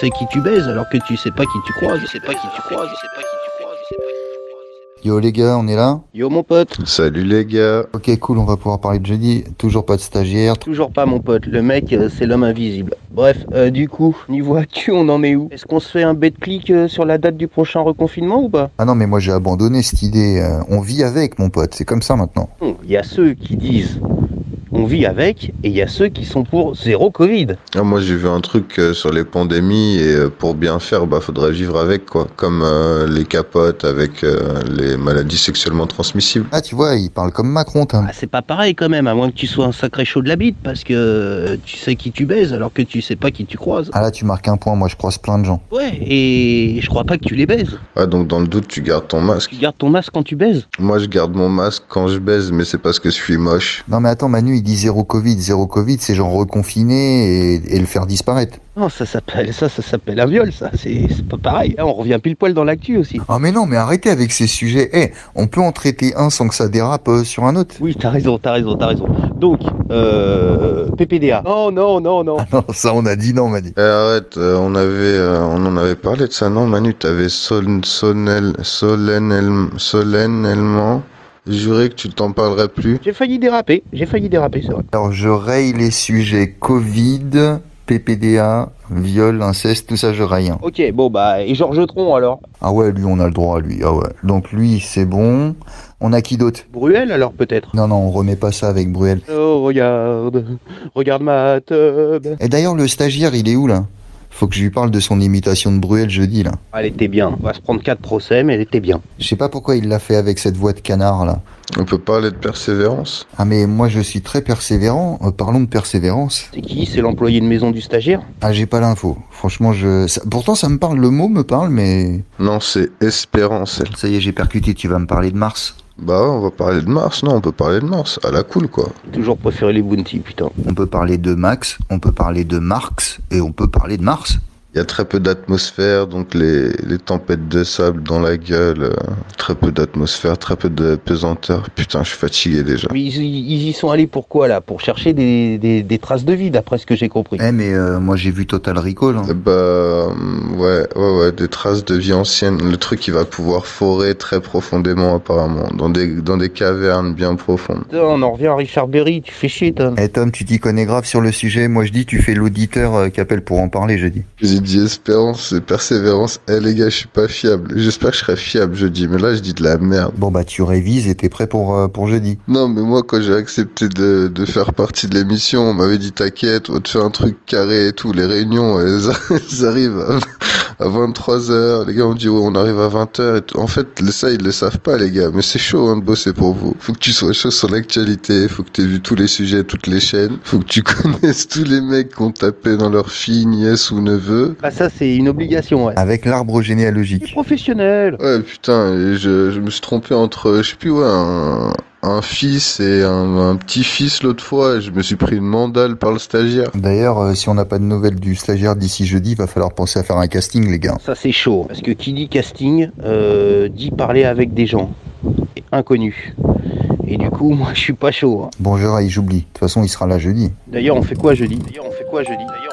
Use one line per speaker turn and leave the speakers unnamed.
sais qui tu baises alors que tu sais pas qui tu croises.
Je sais pas qui tu crois, je sais pas qui tu crois, je sais pas qui tu crois.
Yo les gars, on est là
Yo mon pote,
Salut les gars.
Ok cool, on va pouvoir parler de jeudi. Toujours pas de stagiaire.
toujours pas mon pote, le mec euh, c'est l'homme invisible. Bref, euh, du coup, niveau actu on en est où Est-ce qu'on se fait un bête clic euh, sur la date du prochain reconfinement ou pas
Ah non mais moi j'ai abandonné cette idée. euh, on vit avec mon pote, c'est comme ça maintenant.
Bon, Il y a ceux qui disent on vit avec et il y a ceux qui sont pour zéro Covid.
Ah, moi j'ai vu un truc euh, sur les pandémies et euh, pour bien faire, bah faudrait vivre avec quoi, comme euh, les capotes avec euh, les maladies sexuellement transmissibles.
Ah tu vois, il parle comme Macron, t'as.
Ah, c'est pas pareil quand même, à moins que tu sois un sacré chaud de la bite parce que euh, tu sais qui tu baises alors que tu sais pas qui tu croises.
Ah là tu marques un point, moi je croise plein de gens.
Ouais, et je crois pas que tu les baises.
Ah donc dans le doute tu gardes ton masque.
Tu gardes ton masque quand tu baises.
Moi je garde mon masque quand je baise, mais c'est parce que je suis moche.
Non mais attends Manu, il dit zéro Covid, zéro Covid, c'est genre reconfiner et, et le faire disparaître.
Non, ça s'appelle ça, ça s'appelle un viol, ça. C'est c'est pas pareil. Là, on revient pile poil dans l'actu aussi.
Ah mais non mais arrêtez avec ces sujets. Eh, on peut en traiter un sans que ça dérape euh, sur un autre.
Oui, t'as raison, t'as raison, t'as raison. Donc, euh, PPDA. Non, non, non, non.
Ah non, ça on a dit non Manu.
Eh, arrête, euh, on avait, euh, on en avait parlé de ça, non Manu, t'avais sol- sonnel- solennel- solennellement juré que tu t'en parlerais plus.
J'ai failli déraper, j'ai failli déraper, c'est vrai.
Alors je raye les sujets Covid, PPDA, viol, inceste, tout ça je raye. hein.
Ok, bon bah, et Georges Tron alors
Ah ouais, lui on a le droit, lui. Ah ouais. Donc lui c'est bon. On a qui d'autre
Bruel alors peut-être
Non non, on remet pas ça avec Bruel.
Oh, regarde, regarde ma teub.
Et d'ailleurs le stagiaire il est où là Faut que je lui parle de son imitation de Bruel jeudi là.
Ah, Elle était bien. On va se prendre quatre procès, mais elle était bien.
Je sais pas pourquoi il l'a fait avec cette voix de canard là.
On peut parler de persévérance.
Ah mais moi je suis très persévérant. Euh, parlons de persévérance.
C'est qui C'est l'employé de maison du stagiaire
Ah j'ai pas l'info. Franchement je. ça- Pourtant ça me parle, le mot me parle mais.
Non, c'est espérance. elle.
Ça y est j'ai percuté. Tu vas me parler de Mars.
Bah ouais, on va parler de Mars, non, on peut parler de Mars, à la cool quoi.
J'ai Toujours préféré les bounty, putain.
On peut parler de Max. On peut parler de Marx et on peut parler de Mars.
Il y a très peu d'atmosphère, donc les, les tempêtes de sable dans la gueule, euh, très peu d'atmosphère, très peu de pesanteur. Putain, je suis fatigué déjà.
Mais ils, y- ils y sont allés pour quoi là Pour chercher des, des- des traces de vie, d'après ce que j'ai compris.
Eh mais euh, moi j'ai vu Total Recall. hein.
Eh Bah euh, ouais, ouais, ouais, des traces de vie ancienne, le truc qui va pouvoir forer très profondément apparemment, dans des, dans des cavernes bien profondes.
Putain, on en revient à Richard Berry, tu fais chier, toi.
Eh Tom, tu t'y connais grave sur le sujet. Moi, je dis, tu fais l'auditeur euh, qui appelle pour en parler, je dis.
J'ai dit espérance et persévérance. Eh les gars, je suis pas fiable. J'espère que je serai fiable jeudi, mais là je dis de la merde.
Bon, bah, tu révises et t'es prêt pour, euh, pour jeudi.
Non, mais moi, quand j'ai accepté de, de faire partie de l'émission, on m'avait dit t'inquiète, on te fait un truc carré et tout. Les réunions, elles, elles arrivent à, à 23h. Les gars, on dit ouais, on arrive à 20h. Et tout. En fait, le- ça, ils le savent pas, les gars. Mais c'est chaud hein, de bosser pour vous. Faut que tu sois chaud sur l'actualité. Faut que t'aies vu tous les sujets, toutes les chaînes. Faut que tu connaisses tous les mecs qu'on tapait dans leur fille, nièce ou neveu.
Ah, ça, c'est une obligation, ouais.
Avec l'arbre
Il est
généalogique.
Ah, professionnel.
Ouais, putain, et je, je me suis trompé entre, je sais plus, ouais, un, un fils et un, un petit-fils l'autre fois, et je me suis pris une mandale par le stagiaire.
D'ailleurs, euh, si on n'a pas de nouvelles du stagiaire d'ici jeudi, va falloir penser à faire un casting, les gars.
Ça, c'est chaud. Parce que qui dit casting, euh, dit parler avec des gens inconnus. Et du coup, moi, je suis pas chaud. hein.
Bon, je raille, j'oublie. De toute façon, il sera là jeudi.
D'ailleurs, on fait quoi jeudi D'ailleurs, on fait quoi jeudi D'ailleurs,